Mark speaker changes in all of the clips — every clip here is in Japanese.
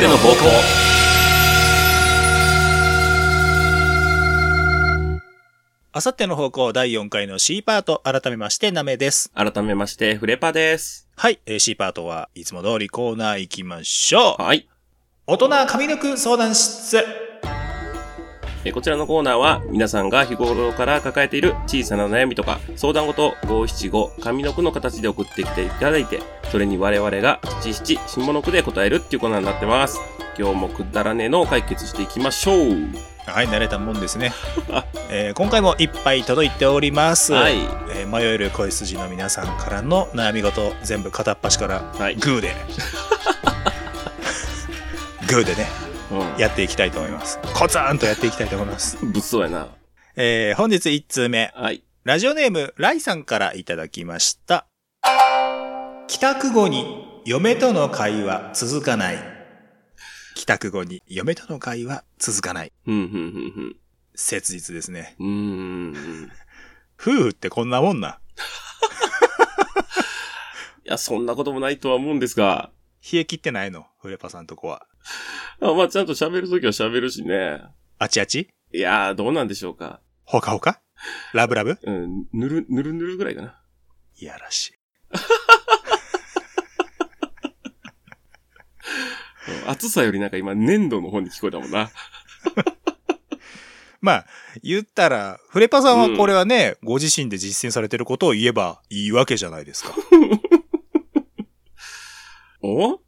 Speaker 1: での暴行
Speaker 2: あさっての方向第4回の C パート、改めましてナメです。
Speaker 1: 改めまして、フレパです。
Speaker 2: はい、えー C パートはいつも通りコーナー行きましょう。
Speaker 1: はい。
Speaker 2: 大人髪抜く相談室。
Speaker 1: えーこちらのコーナーは、皆さんが日頃から抱えている小さな悩みとか、相談事を五七五、上の句の形で送ってきていただいて、それに我々が七七、下の句で答えるっていうコーナーになってます。今日もくだらねえのを解決していきましょう。
Speaker 2: はい、慣れたも んですね。えー今回もいっぱい届いております。
Speaker 1: はい。
Speaker 2: えー迷える恋筋の皆さんからの悩み事、全部片っ端から
Speaker 1: はい。
Speaker 2: グー で。グーでね、
Speaker 1: うん。
Speaker 2: やっていきたいと思います。コツーンとやっていきたいと思います。
Speaker 1: 物騒やな。
Speaker 2: えー本日1通目、
Speaker 1: はい。
Speaker 2: ラジオネーム、ライさんからいただきました。帰宅後に嫁との会話続かない。帰宅後に嫁との会話続かない。
Speaker 1: ふんふんふんふん。
Speaker 2: 切実ですね。
Speaker 1: うーん。
Speaker 2: 夫婦ってこんなもんな。
Speaker 1: いや、そんなこともないとは思うんですが、
Speaker 2: 冷え切ってないのフレパさんとこは。
Speaker 1: あまあ、ちゃんと喋るときは喋るしね。
Speaker 2: あちあち
Speaker 1: いやー、どうなんでしょうか。
Speaker 2: ほかほかラブラブ
Speaker 1: うん、ぬる、ぬるぬるぐらいかな。
Speaker 2: いやらしい。
Speaker 1: うん暑さよりなんか今、粘土の方に聞こえたもんな。
Speaker 2: まあ、言ったら、フレパさんはこれはね、ご自身で実践されてることを言えばいいわけじゃないですか。
Speaker 1: お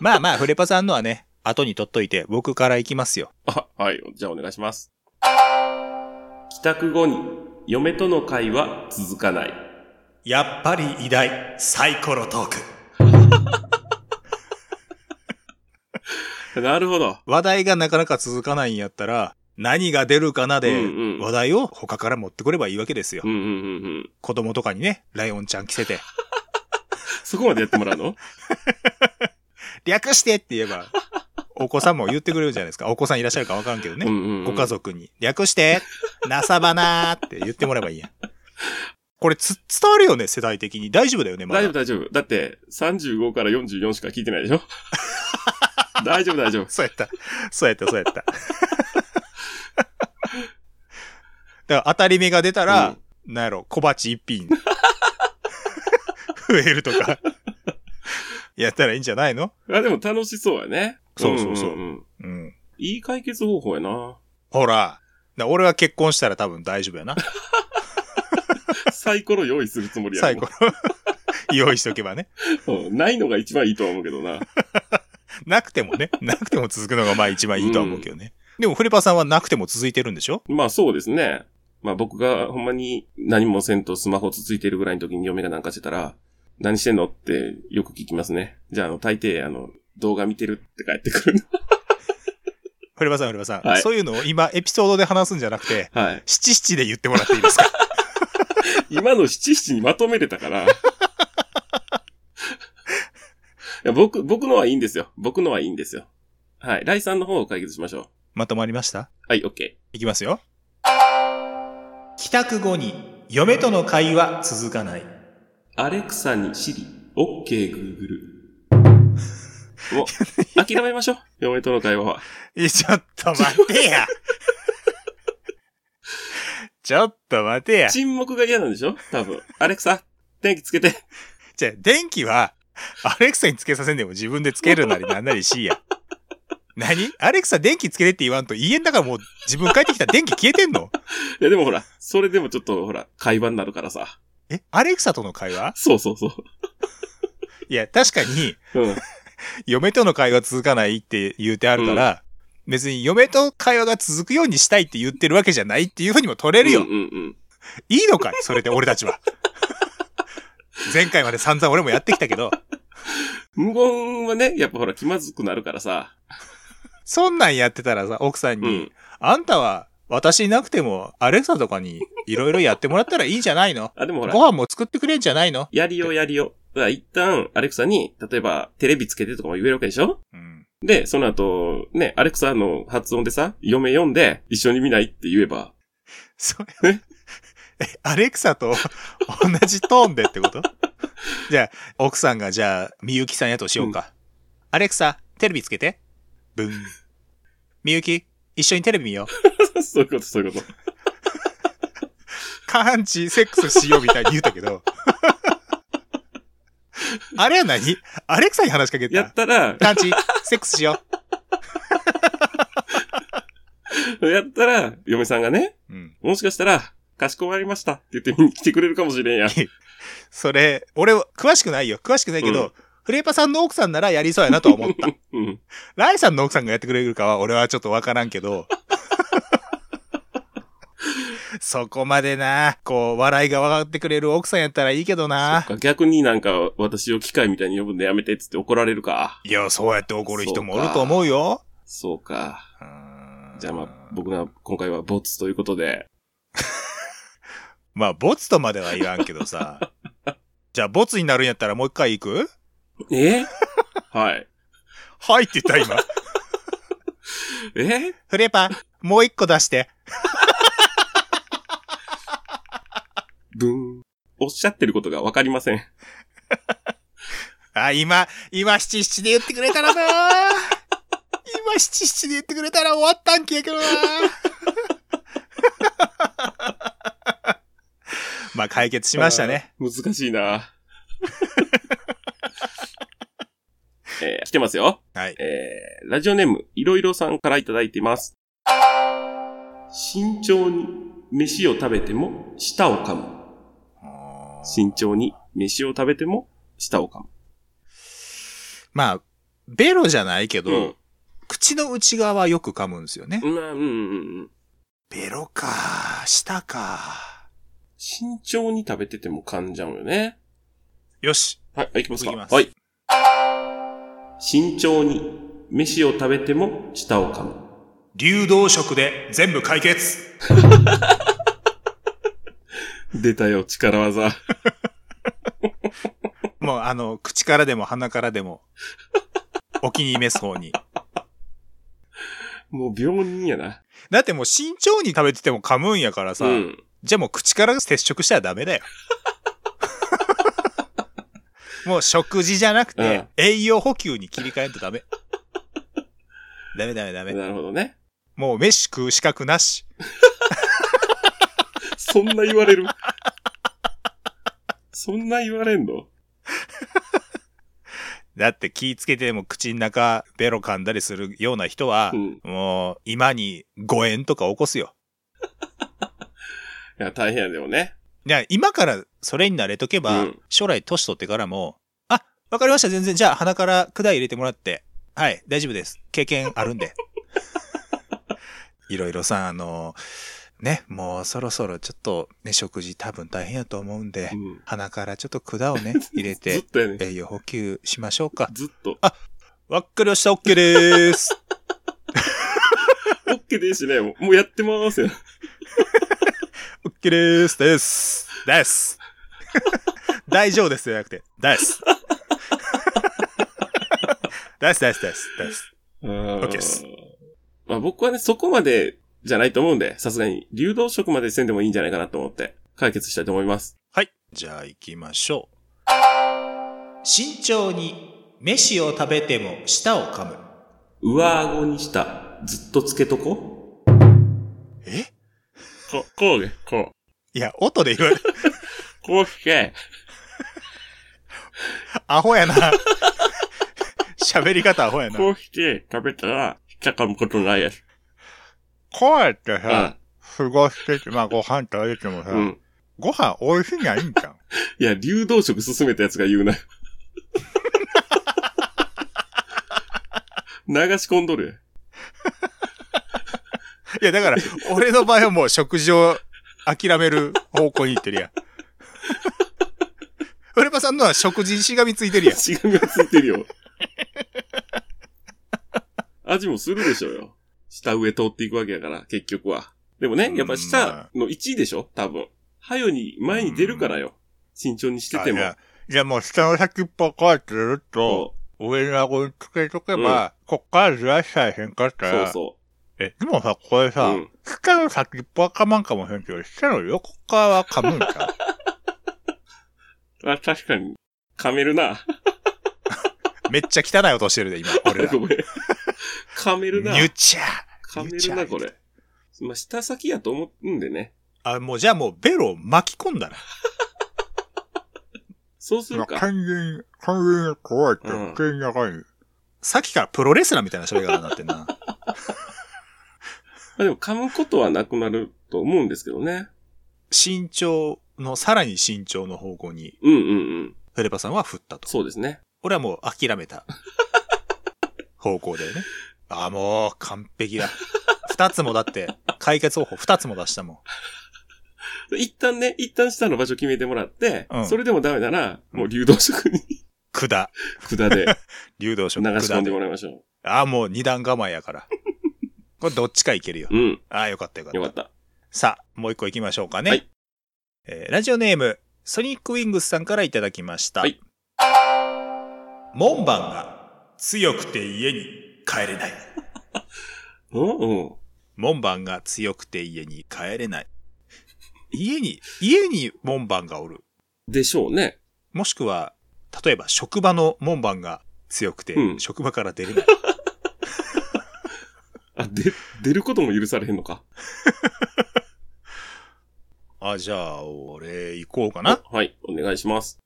Speaker 2: まあまあ、フレパさんのはね、後に取っといて、僕から行きますよ。
Speaker 1: あ、はい、じゃあお願いします。帰宅後に、嫁との会は続かない。
Speaker 2: やっぱり偉大、サイコロトーク。
Speaker 1: なるほど。
Speaker 2: 話題がなかなか続かないんやったら、何が出るかなで
Speaker 1: うんう、ん
Speaker 2: 話題を他から持ってくればいいわけですよ
Speaker 1: う。んうんうんうん。
Speaker 2: 子供とかにね、ライオンちゃん着せて、
Speaker 1: そこまでやってもらうの
Speaker 2: 略してって言え ば、お子さんも言ってくれるじゃないですか。お子さんいらっしゃるかわからんけど
Speaker 1: うん
Speaker 2: ね。
Speaker 1: うんうん。
Speaker 2: ご家族に、略して、なさばなーって言ってもらえばいいやん。これつ、伝わるよね、世代的に。大丈夫だよね、まだ。
Speaker 1: 大丈夫大丈夫。だって、35から44しか聞いてないでし ょ大丈夫大丈夫。
Speaker 2: そうやった。そうやった、そうやった。 だから当たり目が出たら、なんやろ、小鉢一品。 増えるとか。やったらいいんじゃないの
Speaker 1: あ、でも楽しそうやね。
Speaker 2: そうそうそうん
Speaker 1: んん
Speaker 2: うん。
Speaker 1: いい解決方法やな。
Speaker 2: ほら。だから俺は結婚したら多分大丈夫やな。
Speaker 1: サイコロ用意するつもりや
Speaker 2: 最
Speaker 1: も
Speaker 2: 後。 用意しとけばね。
Speaker 1: んうんないのが一番いいとは思うけどな。
Speaker 2: なくてもね。なくても続くのがまあ一番いいとは思うけどね。でもフレパさんはなくても続いてるんでしょ
Speaker 1: まあそうですね。まあ僕がほんまに何もせんとスマホつついてるぐらいの時に嫁がなんかしてたら、何してんのってよく聞きますね。じゃあ、あの、大抵、あの、動画見てるって帰ってくる。
Speaker 2: フレパさん、フレパさん。
Speaker 1: はい
Speaker 2: そういうのを今エピソードで話すんじゃなくて、
Speaker 1: はい。
Speaker 2: 七七で言ってもらっていいですか
Speaker 1: 今の七七にまとめれたから。いや僕、僕のはいいんですよ。僕のはいいんですよ。はい。ライさんの方を解決しましょ
Speaker 2: まとまりました
Speaker 1: う。はい、OK。
Speaker 2: いきますよ。帰宅後に嫁との会話続かない。
Speaker 1: アレクサにシリ、オッケーグー グル。もう、諦めましょう。嫁との会話は。
Speaker 2: え、ちょっと待て や。ちょっと待てや。
Speaker 1: 沈黙が嫌なんでしょ多分。アレクサ、電気つけて。
Speaker 2: じゃあ、電気は、アレクサにつけさせんでも自分でつけるなりなんなりしい や。何アレクサ電気つけてって言わんと家んだからもう自分帰ってきたら電気消えてんの
Speaker 1: いや、でもほら、それでもちょっと、ほら、会話になるからさ。
Speaker 2: え、アレクサとの会話
Speaker 1: そうそうそ
Speaker 2: いや、確かに、
Speaker 1: う。うん。
Speaker 2: 嫁との会話続かないって言うてあるから、別に嫁と会話が続くようにしたいって言ってるわけじゃないっていうふうにも取れるよ。
Speaker 1: うんうんうん。
Speaker 2: いいの かいそれで俺たちは。前回まで散々俺もやってきたけど、
Speaker 1: 無言はね、やっぱほら、気まずくなるからさ。
Speaker 2: そんなんやってたらさ、奥さん
Speaker 1: う
Speaker 2: に、
Speaker 1: ん。
Speaker 2: あんたは私いなくてもアレクサとかにいろいろやってもらったらいいんじゃないの
Speaker 1: あ、でもほ
Speaker 2: ご
Speaker 1: ら、
Speaker 2: 飯も作ってくれんじゃないの
Speaker 1: やりようやりよう。だから一旦、アレクサに、例えば、テレビつけてとかも言えるわけでしょ
Speaker 2: うん。
Speaker 1: で、その後、ね、アレクサの発音でさ、嫁読んで、一緒に見ないって言えば、
Speaker 2: それ、え、アレクサと同じトーンでってことじゃあ、奥さんがじゃあ、みゆきさんやとしようか。アレクサ、テレビつけて。ブン。みゆき、一緒にテレビ見よう。
Speaker 1: そういうこと、そういうこと。
Speaker 2: 下半身セックスしようみたいに言うたけ ど。あれは何アレクサに話しかけ。
Speaker 1: やったたら、
Speaker 2: 下半身セックスしよ
Speaker 1: やったら、嫁さんがね、
Speaker 2: う。うん。
Speaker 1: もしかしたら、かしこまりましたって言って見に来てくれるかもしれんやん。
Speaker 2: それ、俺、詳しくないよ。詳しくないけど、
Speaker 1: う
Speaker 2: フレーパさんの奥さんならやりそうやなとは思った。
Speaker 1: うん。
Speaker 2: ライさんの奥さんがやってくれるかは俺はちょっとわからんけ ど。そこまでな、こう、笑いが分かってくれる奥さんやったらいいけどな。
Speaker 1: 逆になんか、私を機械みたいに呼ぶんでやめてっつって怒られるか。
Speaker 2: いや、そうやって怒る人もおると思うよ。
Speaker 1: そうか。
Speaker 2: うーん
Speaker 1: じゃあまあ、僕は今回はボツということで。
Speaker 2: まあ、ボツとまでは言わんけ どさ。じゃあ、ボツになるんやったらもう一回行く
Speaker 1: え はい。
Speaker 2: はいって言 った今。
Speaker 1: え
Speaker 2: フレパ、もう一個出して。
Speaker 1: ブーン。おっしゃってることがわかりません。
Speaker 2: あ、今、今七七で言ってくれ たらな今七七で言ってくれたら終わったんけやけどな まあ解決しましたね。
Speaker 1: あー。難しいな。 えー来てますよ。
Speaker 2: はい。
Speaker 1: えーラジオネーム、いろいろさんからいただいています。慎重に飯を食べても舌を噛む。慎重に飯を食べても舌を噛む。
Speaker 2: まあ、ベロじゃないけど、
Speaker 1: うん。
Speaker 2: 口の内側はよく噛むんですよね。
Speaker 1: うん、うん、うんうん。
Speaker 2: ベロか、舌か。
Speaker 1: 慎重に食べてても噛んじゃうよね。
Speaker 2: よし。
Speaker 1: はい、はい、いきますか。
Speaker 2: いきます
Speaker 1: はい。慎重に飯を食べても舌を噛む。
Speaker 2: 流動食で全部解決。
Speaker 1: 出たよ、力技。
Speaker 2: もうあの、口からでも鼻からで も、お気に召す方に。
Speaker 1: もう病人やな。
Speaker 2: だってもう慎重に食べてても噛むんやからさ、
Speaker 1: うん。
Speaker 2: じゃあもう口から接触したらダメ だよ。もう食事じゃなくて、
Speaker 1: うん
Speaker 2: 栄養補給に切り替えんとダメ。ダメダメダメ。
Speaker 1: なるほどね。
Speaker 2: もう飯食う資格なし。
Speaker 1: そんな言われるそんな言われんの
Speaker 2: だって気ぃつけても口の中ベロ噛んだりするような人は、
Speaker 1: うん。い
Speaker 2: もう今に誤炎とか起こすよ。
Speaker 1: や、大変やでもね。
Speaker 2: いや、今からそれに慣れとけば、
Speaker 1: うん
Speaker 2: 将来年取ってからも、あ、わかりました、全然。じゃあ鼻から管入れてもらって。はい、大丈夫です。経験あるんで。 いろいろさ、あの、ね、もうそろそろちょっとね、食事多分大変やと思うんで、
Speaker 1: うん。
Speaker 2: 鼻からちょっと管をね、 入れ
Speaker 1: ずってとやね。
Speaker 2: 栄養補給しましょうか。
Speaker 1: ずっと。
Speaker 2: わっかりました、OK でーす。
Speaker 1: オッケーですね。もうもうやってますよ。
Speaker 2: OK でーす、です。 です。大丈夫ですじゃなくて、です。です、です、です、です。
Speaker 1: オ
Speaker 2: ッケーっす。
Speaker 1: まあ僕はね、そこまでじゃないと思うんで、さすがに流動食までせんでもいいんじゃないかなと思って、解決したいと思います。
Speaker 2: はい。じゃあ行きましょう。慎重に飯を食べても舌を噛む。
Speaker 1: 上顎にした、ずっとつけとこ
Speaker 2: え
Speaker 1: こ、こうげ、こう。
Speaker 2: いや、音で言われ、
Speaker 1: こう吹け。
Speaker 2: アホやな。喋り方アホやな。
Speaker 1: こうして食べたら、引っかかむことないやつ。
Speaker 2: こうやって
Speaker 1: う、ん。
Speaker 2: 過ごしてて、まあご飯食べてもさ
Speaker 1: うん。
Speaker 2: ご飯美味しいにはいいんじゃん。
Speaker 1: いや、流動食進めたやつが 言うな。流し込んどる。
Speaker 2: いや、だから、俺の場合はもう食事を諦める方向に行ってるやん。 フレパさんのは食事にしがみついてるやん。
Speaker 1: 血がついてるよ。味もするでしょうよ。下上通っていくわけやから、結局は。でもね、やっぱ下の1位でしょ多分。はよに前に出るからよ。慎重にしてても
Speaker 2: い。や、いやもう下の先っぽこうやってずっと、
Speaker 1: そ
Speaker 2: 上の顎につけとけば、こっからずらしたりへんかっ
Speaker 1: う
Speaker 2: た
Speaker 1: そう
Speaker 2: ら、
Speaker 1: そ
Speaker 2: え、でもさ、これ
Speaker 1: う。う
Speaker 2: さ、
Speaker 1: ん。
Speaker 2: 下の先っぽは噛まんかもしれんけど、下の横側は噛むんか。
Speaker 1: あ確かに、噛めるな。
Speaker 2: めっちゃ汚い音してるで、今、 俺ら。
Speaker 1: ごめん。 噛めるな。
Speaker 2: ニュチャー
Speaker 1: 噛めるな、これ。まあ、下先やと思うんでね。
Speaker 2: あ、もうじゃあもうベロを巻き込んだら。
Speaker 1: そうするか。
Speaker 2: 完全に、完全に怖いって、
Speaker 1: うん
Speaker 2: 完全に長い。さっきからプロレスラーみたいな喋り方になってんな。
Speaker 1: まあ、でも噛むことはなくなると思うんですけどね。
Speaker 2: 身長の、さらに身長の方向に、
Speaker 1: うんうんうん。
Speaker 2: フェレパさんは振ったと。
Speaker 1: そうですね。
Speaker 2: 俺はもう諦めた。方向だよね。あ、もう、完璧だ。二つもだって、解決方法二つも出したもん。
Speaker 1: 一旦ね、一旦下の場所決めてもらって、
Speaker 2: うん
Speaker 1: それでもダメなら、もう流動食に
Speaker 2: 管、
Speaker 1: 管 で
Speaker 2: 流動
Speaker 1: 流
Speaker 2: 食、
Speaker 1: し
Speaker 2: 管
Speaker 1: 込んでもらいましょ
Speaker 2: ああ、もう二段構えやから。これどっちかいけるよ
Speaker 1: う。。うん。
Speaker 2: ああ、よかったよか
Speaker 1: よ
Speaker 2: っ
Speaker 1: か
Speaker 2: た
Speaker 1: っ。た。
Speaker 2: さあ、もう一個行きましょうかね。
Speaker 1: はい
Speaker 2: えーラジオネーム、ソニックウィングスさんからいただきました。
Speaker 1: はい
Speaker 2: 門番が強くて家に帰れない。
Speaker 1: うんうん。
Speaker 2: 門番が強くて家に帰れない。家に、家に門番がおる。
Speaker 1: でしょうね。
Speaker 2: もしくは、例えば職場の門番が強くて、
Speaker 1: うん
Speaker 2: 職場から出れない。
Speaker 1: あ、で、出ることも許されへんのか。
Speaker 2: あ、じゃあ、俺行こうかな。
Speaker 1: はい、お願いします。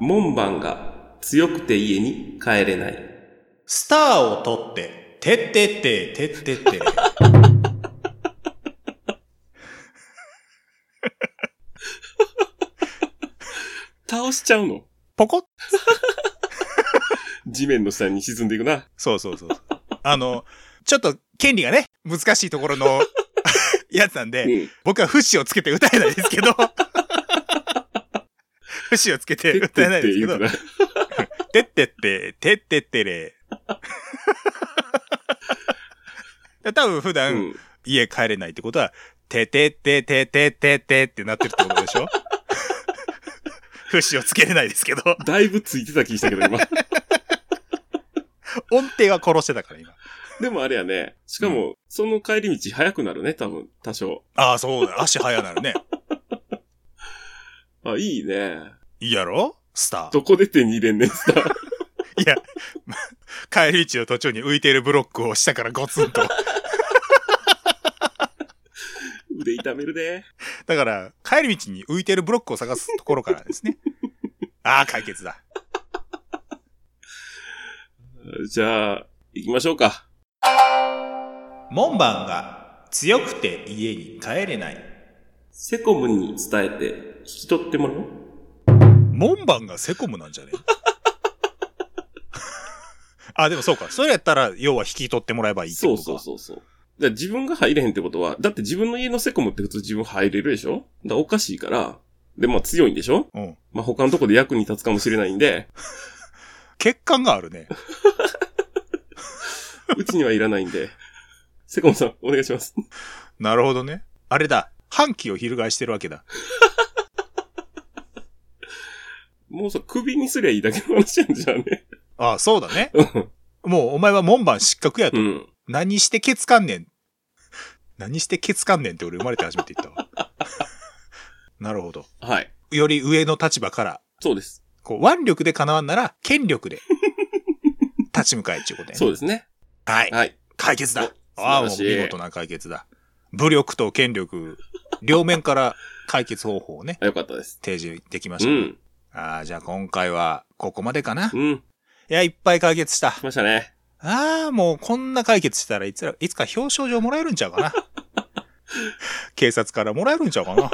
Speaker 1: 門番が強くて家に帰れない。
Speaker 2: スターを取って、てってって、てっ てって。
Speaker 1: 倒しちゃうの。
Speaker 2: ポコッ
Speaker 1: 地面の下に沈んでいくな。
Speaker 2: そうそうそうそう。あの、ちょっと権利がね、難しいところの やつなん
Speaker 1: う
Speaker 2: で、
Speaker 1: ん。
Speaker 2: 僕はフ節をつけて歌えないですけど、 フ節をつけて歌えないですけど、
Speaker 1: てってって言う
Speaker 2: てってって、てってって れ。多分普
Speaker 1: からう
Speaker 2: 段
Speaker 1: ん。
Speaker 2: 家帰れないってことは、ててってててててってなってるってことでしょ フ節をつけれないですけど、
Speaker 1: だいぶついてた気したけど、今。
Speaker 2: 音程は殺してたから今。
Speaker 1: でもあれやね。しかも、その帰り道早くなるね、多分、多少。
Speaker 2: ああ、そうだ。足早なるね。
Speaker 1: あ、いいね。
Speaker 2: いいやろスター。
Speaker 1: どこで手に入れんねん、ス ター。
Speaker 2: いや、ま帰り道の途中に浮いているブロックを下からゴツン と。
Speaker 1: 腕痛めるで。
Speaker 2: だから、帰り道に浮いているブロックを探すところからですね。ああ、解決だ。
Speaker 1: じゃあ、行きましょうか。
Speaker 2: 門番が強くて家に帰れない。
Speaker 1: セコムに伝えて、引き取ってもらおう。
Speaker 2: 門番がセコムなんじゃね あ、でもそうか。それやったら、要は引き取ってもらえばいいって
Speaker 1: そ
Speaker 2: こ
Speaker 1: う
Speaker 2: とか。
Speaker 1: そうそうそう。だから自分が入れへんってことは、だって自分の家のセコムって普通自分入れるでしょだからおかしいから、で、まあ強いんでしょ
Speaker 2: うん。
Speaker 1: まあ他のとこで役に立つかもしれないん で、
Speaker 2: 欠陥があるね。
Speaker 1: うちにはいらないんで、セコムさん、お願いします。
Speaker 2: なるほどね。あれだ。反旗を翻してるわけだ。
Speaker 1: もうさ、首にすりゃいいだけの話なんじゃ ね。
Speaker 2: ああ、そうだね。
Speaker 1: うん
Speaker 2: もうお前は門番失格やと
Speaker 1: うん。
Speaker 2: 何してケツかんねん。何してケツかんねんって俺生まれて初めて言ったわ。 なるほど。
Speaker 1: はい。
Speaker 2: より上の立場から、
Speaker 1: そうです。
Speaker 2: こう、腕力で叶わんなら、権力で、立ち向かえっていうことやね。
Speaker 1: そうですね。
Speaker 2: はい。
Speaker 1: はい。
Speaker 2: 解決だ。
Speaker 1: お
Speaker 2: ああ、もう
Speaker 1: 素
Speaker 2: 見
Speaker 1: 晴らしい
Speaker 2: 事な解決だ。武力と権力、両面から解決方法をね、
Speaker 1: あよかったです。
Speaker 2: 提示できま
Speaker 1: う
Speaker 2: したね。
Speaker 1: ん。
Speaker 2: ああ、じゃあ今回は、ここまでかな。い
Speaker 1: うん。
Speaker 2: や、いっぱい解決した。
Speaker 1: 来ましたね。
Speaker 2: ああ、もうこんな解決したらいつら、いつか表彰状もらえるんちゃうかな。警察からもらえるんちゃうかな。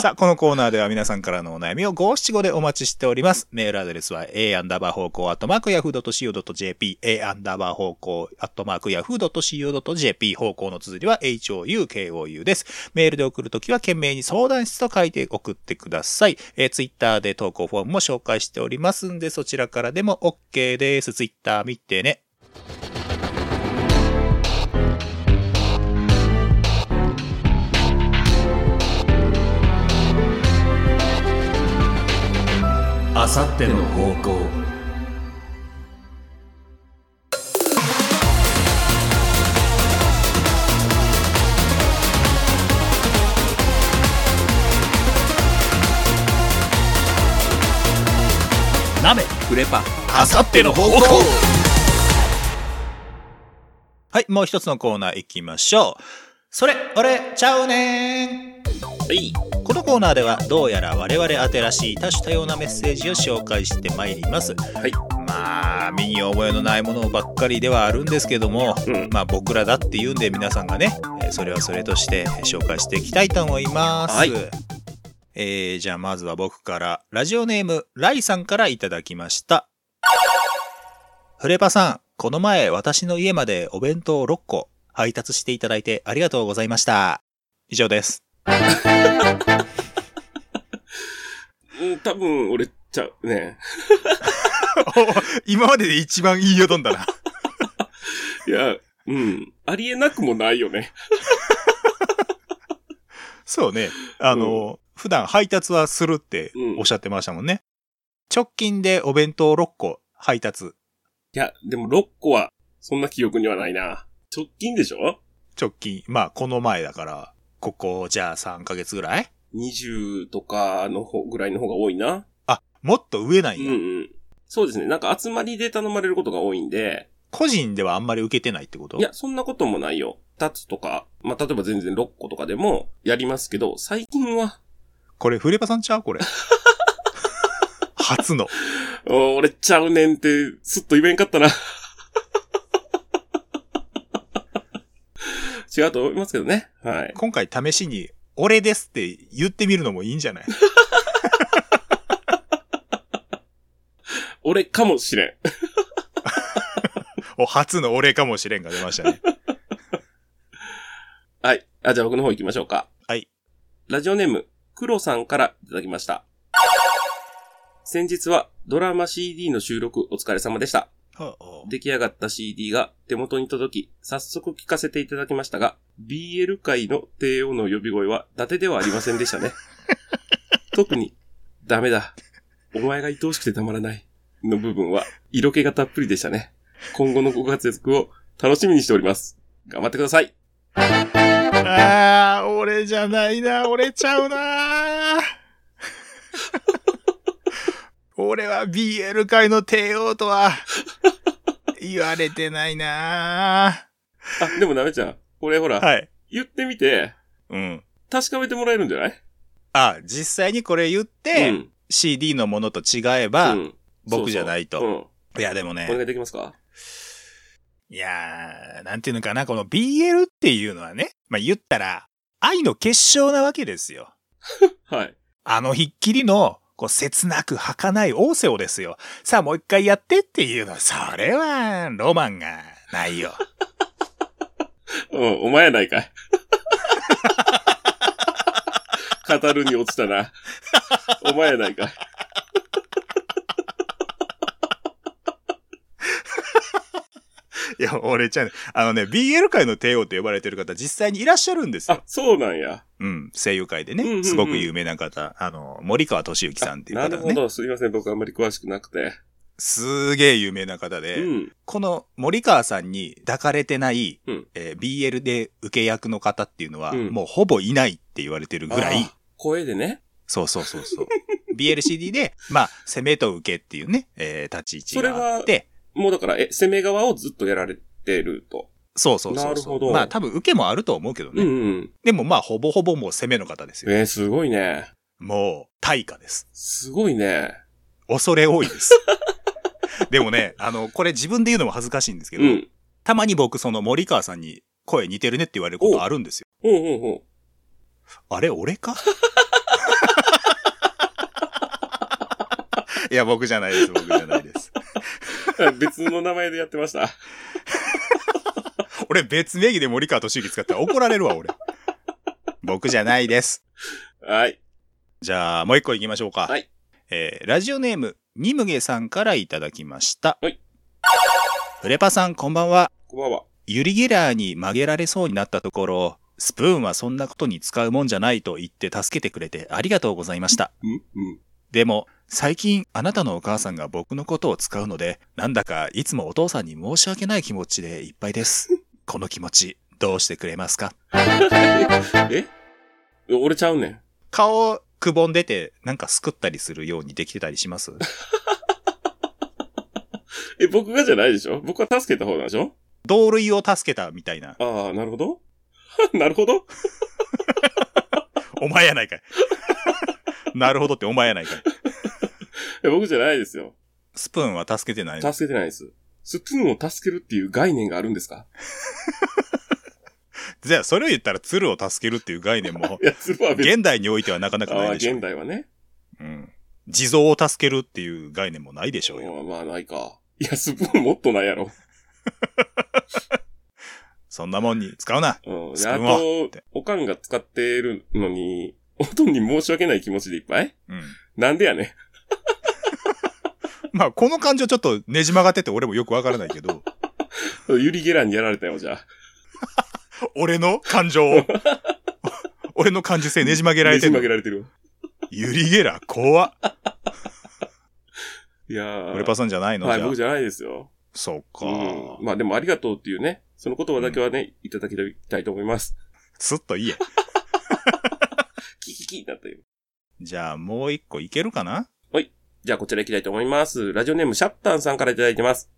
Speaker 2: さあ、このコーナーでは皆さんからのお悩みを5七5でお待ちしております。メールアドレスは a アンダーバー方向アットマークヤフー .co.jp a アンダーバー方向アットマークヤフー .co.jp 方向の綴りは houkou です。メールで送るときは懸命に相談室と書いて送ってください。えー、ツイッターで投稿フォームも紹介しておりますんで、そちらからでも OK です。ツイッター見てね。あさっての方向鍋
Speaker 3: フレパ
Speaker 2: あさっての方向はい、もう一つのコーナー行きましょう。それ、俺、ちゃうね
Speaker 1: はい。
Speaker 2: ーん。このコーナーでは、どうやら我々宛てらしい多種多様なメッセージを紹介してまいります。
Speaker 1: はい。
Speaker 2: まあ、身に覚えのないものばっかりではあるんですけども、
Speaker 1: うん。
Speaker 2: まあ僕らだって言うんで皆さんがね、えーそれはそれとして紹介していきたいと思います。
Speaker 1: はい
Speaker 2: えーじゃあまずは僕から、ラジオネーム、ライさんからいただきました。フレパさん、この前私の家までお弁当6個配達していただいてありがとうございました。以上です。
Speaker 1: うん、多分、俺、ちゃうね。
Speaker 2: 今までで一番いいよど んだな。
Speaker 1: いや、うん。ありえなくもないよね。
Speaker 2: そうね。あの、普段配達はするって
Speaker 1: うん
Speaker 2: おっしゃってましたもんね。直近でお弁当6個配達。
Speaker 1: いや、でも6個は、そんな記憶にはないな。直近でしょ
Speaker 2: 直近、まあこの前だから、ここじゃあ3ヶ月ぐらい
Speaker 1: ?20 とかの方ぐらいの方が多いな。
Speaker 2: あ、もっと上な
Speaker 1: うんん
Speaker 2: や。
Speaker 1: うん。そうですね。なんか集まりで頼まれることが多いんで、
Speaker 2: 個人ではあんまり受けてないってこと
Speaker 1: いや、そんなこともないよ。2つとか、まあ、例えば全然6個とかでもやりますけど、最近は、
Speaker 2: これフレパさんちゃうこ れ。初の。
Speaker 1: お俺ちゃうねんって、すっと言えんかったな。 違うと思いますけどね。はい。
Speaker 2: 今回試しに、俺ですって言ってみるのもいいんじゃない
Speaker 1: 俺かもしれん。
Speaker 2: お、初の俺かもしれんが出まし たね。
Speaker 1: はい。あ、じゃあ僕の方行きましょうか。
Speaker 2: はい。
Speaker 1: ラジオネーム、黒さんからいただきました。先日はドラマ CD の収録お疲れ様でした。出来上がった CD が手元に届き、早速聞かせていただきましたが、BL 界の帝王の呼び声は伊達ではありませんでした ね。特に、ダメだ。お前が愛おしくてたまらない。の部分は、色気がたっぷりでしたね。今後のご活躍を楽しみにしております。頑張ってください。
Speaker 2: あー、俺じゃないな、俺ちゃうな俺は BL 界の帝王とは、言われてないな
Speaker 1: あ、でもダメちゃん。これほら、
Speaker 2: はい。
Speaker 1: 言ってみて、
Speaker 2: うん。
Speaker 1: 確かめてもらえるんじゃない
Speaker 2: あ、実際にこれ言って、
Speaker 1: うん。
Speaker 2: CD のものと違えば、
Speaker 1: うん
Speaker 2: 僕じゃないと
Speaker 1: そうそう
Speaker 2: いやでも
Speaker 1: うん。お願
Speaker 2: ね、
Speaker 1: いできますか
Speaker 2: いやー、なんていうのかな、この BL っていうのはね、まあ言ったら、愛の結晶なわけですよ。
Speaker 1: はい。
Speaker 2: あのひっきりの、こう、切なく儚いオーセオですよ。さあもう一回やってっていうのは、それは、ロマンがないよ。
Speaker 1: うん、お前やないかい。語るに落ちたな。お前やないかい。
Speaker 2: いや、俺ちゃん、あのね、BL 界の帝王と呼ばれてる方、実際にいらっしゃるんです
Speaker 1: あ
Speaker 2: よ、。
Speaker 1: そうなんや。
Speaker 2: うん、声優界で
Speaker 1: うんうんうん
Speaker 2: ね、すごく有名な方、あの、森川敏之さんっていう
Speaker 1: な
Speaker 2: 方
Speaker 1: る
Speaker 2: が
Speaker 1: ほ
Speaker 2: ね、
Speaker 1: ど。すいません。僕あんまり詳しくなくて。
Speaker 2: すげえ有名な方で、
Speaker 1: うん。
Speaker 2: この森川さんに抱かれてない、
Speaker 1: うん
Speaker 2: えー BL で受け役の方っていうのは、
Speaker 1: うん
Speaker 2: もうほぼいないって言われてるぐらい
Speaker 1: あ、ー。声でね。
Speaker 2: そうそうそうそう。BLCD で、まあ、攻めと受けっていうね、えー立ち位置があって、
Speaker 1: もうだから、え、攻め側をずっとやられてると。
Speaker 2: そうそうそうそ
Speaker 1: なるほど
Speaker 2: う。まあ、多分受けもあると思うけどね。
Speaker 1: うんうん。
Speaker 2: でもまあ、ほぼほぼもう攻めの方ですよ。
Speaker 1: えー、すごいね。
Speaker 2: もう、対価です。
Speaker 1: すごいね。
Speaker 2: 恐れ多 いです。でもね、あの、これ自分で言うのも恥ずかしいんですけ
Speaker 1: う
Speaker 2: ど、
Speaker 1: ん。
Speaker 2: たまに僕、その森川さんに声似てるねって言われることあるんですよ。
Speaker 1: ほうほうほ
Speaker 2: あれ、俺かいや、僕じゃないです、僕じゃないです。
Speaker 1: う。 別の名前でやってました。
Speaker 2: 俺別名義で森川俊之使ったら怒られるわ、俺。僕じゃないです。
Speaker 1: はい。
Speaker 2: じゃあ、もう一個行きましょうか。
Speaker 1: はい。
Speaker 2: えーラジオネーム、にむげさんからいただきました。
Speaker 1: はい。
Speaker 2: フレパさん、こんばんは。
Speaker 1: こんばんは。
Speaker 2: ユリゲラーに曲げられそうになったところ、スプーンはそんなことに使うもんじゃないと言って助けてくれてありがとうございました。
Speaker 1: うんうん。
Speaker 2: でも、最近あなたのお母さんが僕のことを使うので、なんだかいつもお父さんに申し訳ない気持ちでいっぱいです。この気持ち、どうしてくれますか
Speaker 1: え俺ちゃうねん。
Speaker 2: 顔くぼんでて、なんかすくったりするようにできてたりします
Speaker 1: え、僕がじゃないでしょ僕は助けた方なんでしょ
Speaker 2: 同類を助けたみたいな。
Speaker 1: ああ、なるほど。 なるほど。
Speaker 2: お前やないか い。なるほどってお前やないかい。
Speaker 1: え僕じゃないですよ。
Speaker 2: スプーンは助けてない。
Speaker 1: 助けてないです。スプーンを助けるっていう概念があるんですか
Speaker 2: じゃあ、それを言ったら鶴を助けるっていう概念も
Speaker 1: い、や、スプーンは 別に。
Speaker 2: 現代においてはなかなかな
Speaker 1: ああ、
Speaker 2: いでしょ
Speaker 1: 現。代はね。
Speaker 2: うん。地蔵を助けるっていう概念もないでしょうよ。
Speaker 1: まあまあ、ないか。いや、スプーンもっとないやろ。
Speaker 2: そんなもんに使うな。
Speaker 1: うん。
Speaker 2: ス
Speaker 1: で
Speaker 2: プー
Speaker 1: あ
Speaker 2: ンは
Speaker 1: と
Speaker 2: って、
Speaker 1: おかんが使ってるのに、おとんに申し訳ない気持ちでいっぱい
Speaker 2: うん。
Speaker 1: なんでやねん。
Speaker 2: まあ、この感情ちょっとねじ曲がってて俺もよくわからない けど、
Speaker 1: ユリゲランにやられたよ、じゃあ。
Speaker 2: 俺の感 情を、俺の感受性ねじ曲げられて
Speaker 1: ねじ曲げ
Speaker 2: る。
Speaker 1: られてるわ。
Speaker 2: ゆりゲラ怖っ。
Speaker 1: いやー。
Speaker 2: 俺パさんじゃないの、
Speaker 1: はい、
Speaker 2: じゃあ
Speaker 1: 僕。じゃないですよ。
Speaker 2: そうか、
Speaker 1: うん。まあでもありがとうっていうね、その言葉だけはね、いただきたいと思います。
Speaker 2: すっと言え。
Speaker 1: キキキだったよ。
Speaker 2: じゃあ、もう一個いけるかな
Speaker 1: じゃあこちら行きたいと思います。ラジオネームシャッタンさんからいただいてます。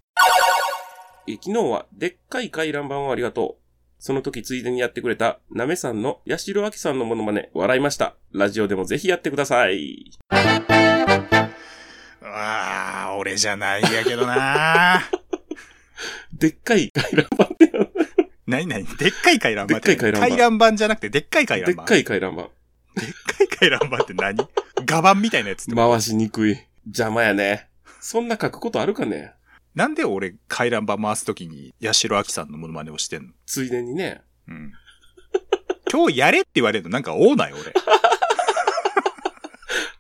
Speaker 1: え昨日はでっかい回覧板をありがとう。その時ついでにやってくれた、なめさんの八代亜紀さんのモノマネ、笑いました。ラジオでもぜひやってください。
Speaker 2: ああ、俺じゃないやけどな。
Speaker 1: でっかい回覧
Speaker 2: 何何でっかい回覧板
Speaker 1: でっかい回覧板
Speaker 2: 回覧板じゃなくて、でっかい回
Speaker 1: 板。で
Speaker 2: 覧
Speaker 1: っ
Speaker 2: 板。
Speaker 1: かい回覧板。
Speaker 2: でっかい回覧板って 何画板みたいなやつってこと
Speaker 1: 回しにくい。邪魔やね。そんな書くことあるかね
Speaker 2: なんで俺、回覧板回すときに、八代亜紀さんのモノマネをしてんの
Speaker 1: ついでにね。
Speaker 2: うん。今日やれって言われるのなんか多ない俺。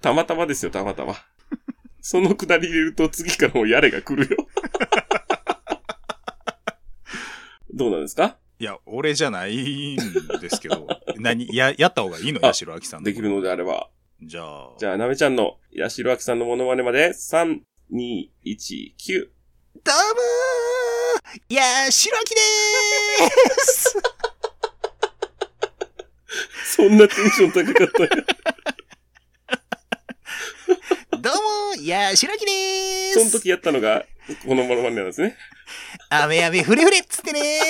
Speaker 1: たまたまですよ、たまたま。そのくだり入れると次からもうやれが来るよ。どうなんですか
Speaker 2: いや、俺じゃないんですけど。何や、やった方がいいの
Speaker 1: あ
Speaker 2: 八代亜紀さんの
Speaker 1: できるのであれば。
Speaker 2: じゃあ。
Speaker 1: じゃあ、なめちゃんの、やしろあきさんのモノマネまで、3、2、1、9。
Speaker 2: どうもーやしろあきでーす
Speaker 1: そんなテンション高か ったよ。
Speaker 2: どうもーやしろあきでー
Speaker 1: その時やったのが、このモノマネなんですね。
Speaker 2: 雨雨ふれふれっつってね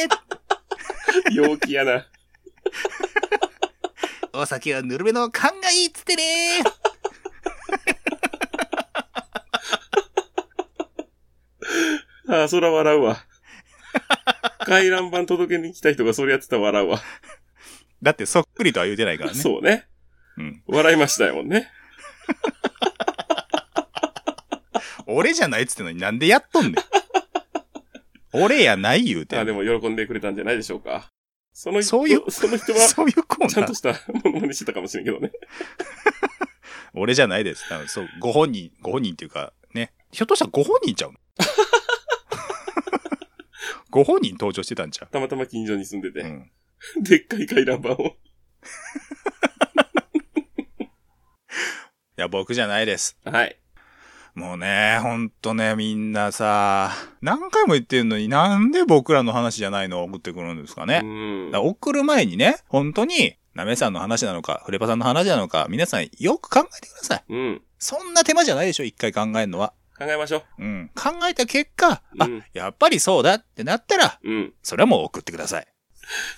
Speaker 1: 陽気やな。
Speaker 2: お酒はぬるめの勘がいいっつってね
Speaker 1: ああ、そら笑うわ。回覧板届けに来た人がそれやってたら笑うわ。
Speaker 2: だってそっくりとは言うてないからね。
Speaker 1: そうね。
Speaker 2: うん。
Speaker 1: 笑いましたよもんね。
Speaker 2: 俺じゃないっつってのになんでやっとんねん。俺やない言うて
Speaker 1: あ
Speaker 2: ん
Speaker 1: で
Speaker 2: の。
Speaker 1: も喜んでくれたんじゃないでしょうか。その人、
Speaker 2: そういう
Speaker 1: その人は、
Speaker 2: そういうコー
Speaker 1: ちゃん
Speaker 2: ナ
Speaker 1: と
Speaker 2: ー。
Speaker 1: した ものまねしてたかもしれんけどね。
Speaker 2: 俺じゃないです。あのそう、ご本人、ご本人っていうか、ね。ひょっとしたらご本人ちゃ うのご本人登場してたんちゃ
Speaker 1: たまたま近所に住んで
Speaker 2: う、
Speaker 1: て、
Speaker 2: うん、
Speaker 1: でっかい回覧板を。
Speaker 2: いや、僕じゃないです。
Speaker 1: はい。
Speaker 2: もうね、ほんとね、みんなさ、何回も言ってんのになんで僕らの話じゃないのを送ってくるんですかね
Speaker 1: う。ん
Speaker 2: だから送る前にね、本当に、なめさんの話なのか、フレパさんの話なのか、皆さんよく考えてください。
Speaker 1: うん。
Speaker 2: そんな手間じゃないでしょ、一回考えるのは。
Speaker 1: 考えましょう。
Speaker 2: うん。考えた結果、
Speaker 1: う
Speaker 2: あ、
Speaker 1: ん。
Speaker 2: やっぱりそうだってなったら、
Speaker 1: うん。
Speaker 2: それはもう送ってください。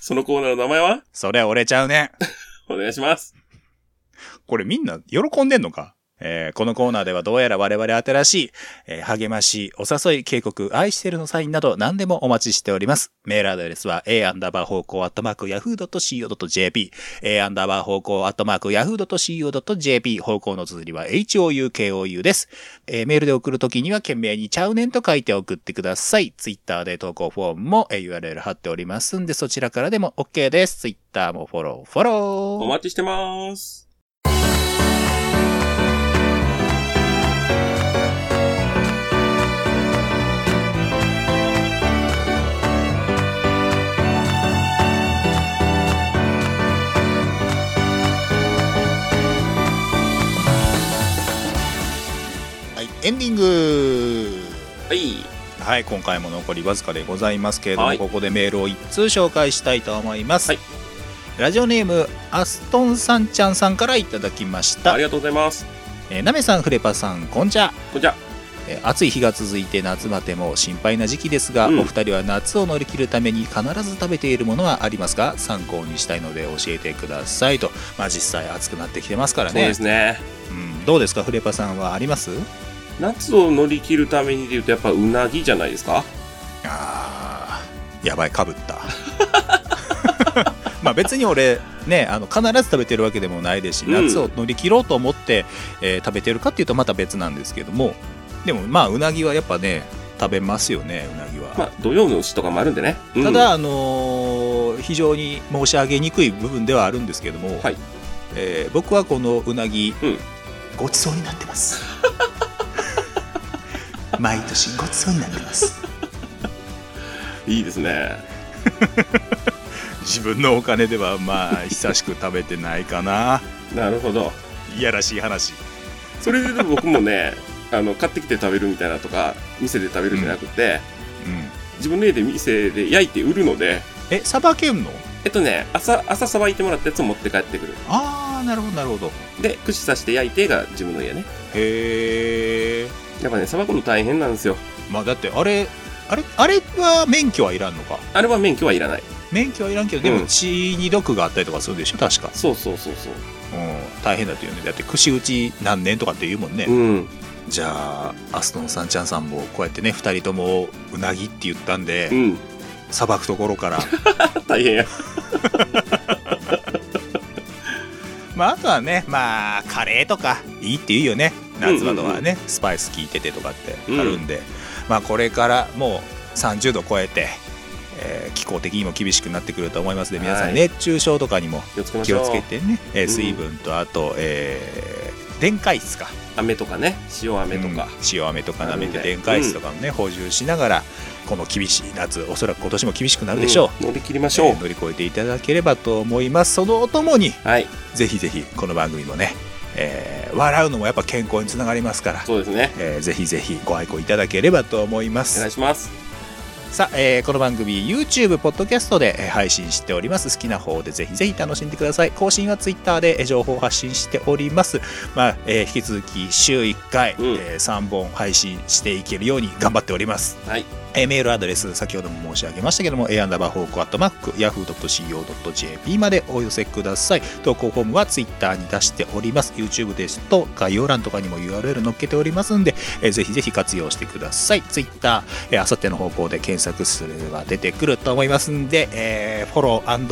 Speaker 1: そのコーナーの名前は
Speaker 2: それは俺ちゃうね。
Speaker 1: お願いします。
Speaker 2: これみんな喜んでんのかえーこのコーナーではどうやら我々新しい、えー励まし、お誘い、警告、愛してるのサインなど何でもお待ちしております。メールアドレスは a アンダーバー方向アットマーク yahoo.co.jp a アンダーバー方向アットマーク yahoo.co.jp 方向の綴りは houkou です。えーメールで送るときには懸命にちゃうねんと書いて送ってください。ツイッターで投稿フォームも、えー URL 貼っておりますんでそちらからでも OK です。ツイッターもフォロー、フォロー。
Speaker 1: お待ちしてます。
Speaker 2: はい、エンディング
Speaker 1: はい。
Speaker 2: はい、今回も残りわずかでございますけれども、
Speaker 1: はい
Speaker 2: ここでメールを一通紹介したいと思います、
Speaker 1: はい
Speaker 2: ラジオネームアストンさんちゃんさんからいただきまし
Speaker 1: あ
Speaker 2: た
Speaker 1: りがとうございます。
Speaker 2: えーなめさんフレパさんこんちゃ
Speaker 1: こんにちは。
Speaker 2: えー暑い日が続いて夏バテも心配な時期ですが、
Speaker 1: うん
Speaker 2: お二人は夏を乗り切るために必ず食べているものはありますか参考にしたいので教えてくださいと、まあ、実際暑くなってきてますから
Speaker 1: そうで
Speaker 2: ね
Speaker 1: すね。
Speaker 2: うん、どうですかフレパさんはあります
Speaker 1: 夏を乗り切るためにで言うと、やっぱうなぎじゃないですか。
Speaker 2: あーやばいかぶった まあ別に俺ねあの必ず食べてるわけでもないですし
Speaker 1: うん
Speaker 2: 夏を乗り切ろうと思って、えー食べてるかっていうとまた別なんですけどもでもまあうなぎはやっぱね食べますよねうなぎは、
Speaker 1: まあ、土曜の牛とかもあるんでね。うん
Speaker 2: た、だあのー非常に申し上げにくい部分ではあるんですけども、
Speaker 1: はい
Speaker 2: えー僕はこのうなぎ、
Speaker 1: うん
Speaker 2: ごちそうになってます 毎年ごちそうになってます
Speaker 1: いいですね。
Speaker 2: 自分のお金ではまあ久しく食べてないかな
Speaker 1: なるほど。
Speaker 2: いやらしい話
Speaker 1: それで言うと僕もね、あの、買ってきて食べるみたいなとか、店で食べるんじゃなくて、
Speaker 2: うん
Speaker 1: 自分の家で店で焼いて売るので、
Speaker 2: えさばけんの
Speaker 1: えっとね、朝、朝さばいてもらったやつを持って帰ってくる。
Speaker 2: ああなるほどなるほど
Speaker 1: で、串刺して焼いてが自分の家ね。
Speaker 2: へえ
Speaker 1: やっぱね、さばくの大変なんですよ。
Speaker 2: まあだってあれあれあれは免許はいらんのか
Speaker 1: あれは免許はいらない。
Speaker 2: 免許はいらんけどでも
Speaker 1: うん
Speaker 2: 血に毒があったりとかするでしょ確か、
Speaker 1: そうそうそうそう。
Speaker 2: うん、大変だというねだって串打ち何年とかって言うもんね、
Speaker 1: うん。
Speaker 2: じゃあアストンさんちゃんさんもこうやってね2人ともうなぎって言ったん
Speaker 1: う
Speaker 2: で
Speaker 1: ん。
Speaker 2: さばくところから
Speaker 1: 大変や。
Speaker 2: まあ、あとはね、まあ、カレーとかいいっていうよね夏場とかはね、スパイス効いててとかってあるんで、まあ、これからもう30度超えて、えー気候的にも厳しくなってくると思いますので皆さ
Speaker 1: は
Speaker 2: ん
Speaker 1: い
Speaker 2: 熱中症とかにも
Speaker 1: 気をつけまし
Speaker 2: 気
Speaker 1: ょう。
Speaker 2: をつけてね、えー
Speaker 1: ん
Speaker 2: 水分とあと、えー電解質か
Speaker 1: 飴とかね、塩飴とか。
Speaker 2: うん塩飴とか舐めて
Speaker 1: うん
Speaker 2: 電解質とかもね、補充しながらこの厳しい夏おそらく今年も厳しくなるでしょう、
Speaker 1: うん乗り切りましょう。
Speaker 2: えー乗り越えていただければと思いますそのおともに
Speaker 1: はい。
Speaker 2: ぜひぜひこの番組もね、えー笑うのもやっぱ健康につながりますから、
Speaker 1: そうですね。
Speaker 2: えーぜひぜひご愛顧いただければと思いま
Speaker 1: お
Speaker 2: す
Speaker 1: 願いします。
Speaker 2: さあ、えーこの番組 YouTube、Podcast でえー配信しております好きな方でぜひぜひ楽しんでください更新は Twitter でえー情報を発信しております、まあえー引き続き週1回、
Speaker 1: うん
Speaker 2: え3本配信していけるように頑張っております
Speaker 1: はい。
Speaker 2: えーメールアドレス、先ほども申し上げましたけども、a アンダーバーホークアットマック、yahoo.co.jp までお寄せください。投稿フォームは Twitter に出しております。YouTube ですと、概要欄とかにも URL 載っけておりますんで、えーぜひぜひ活用してください。Twitter、えー、あさっての方向で検索すれば出てくると思いますんで、えーフォローリ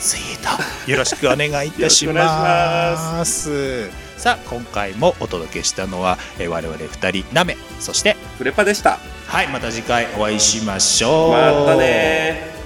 Speaker 2: ツイート、よろしくお願いいたし
Speaker 1: よろしくお願いし
Speaker 2: ます。さあ、今回もお届けしたのは、えー我々2人、ナメ、そして、
Speaker 1: フレパでした。
Speaker 2: はい、また次回お会いしましょう。
Speaker 1: またねー。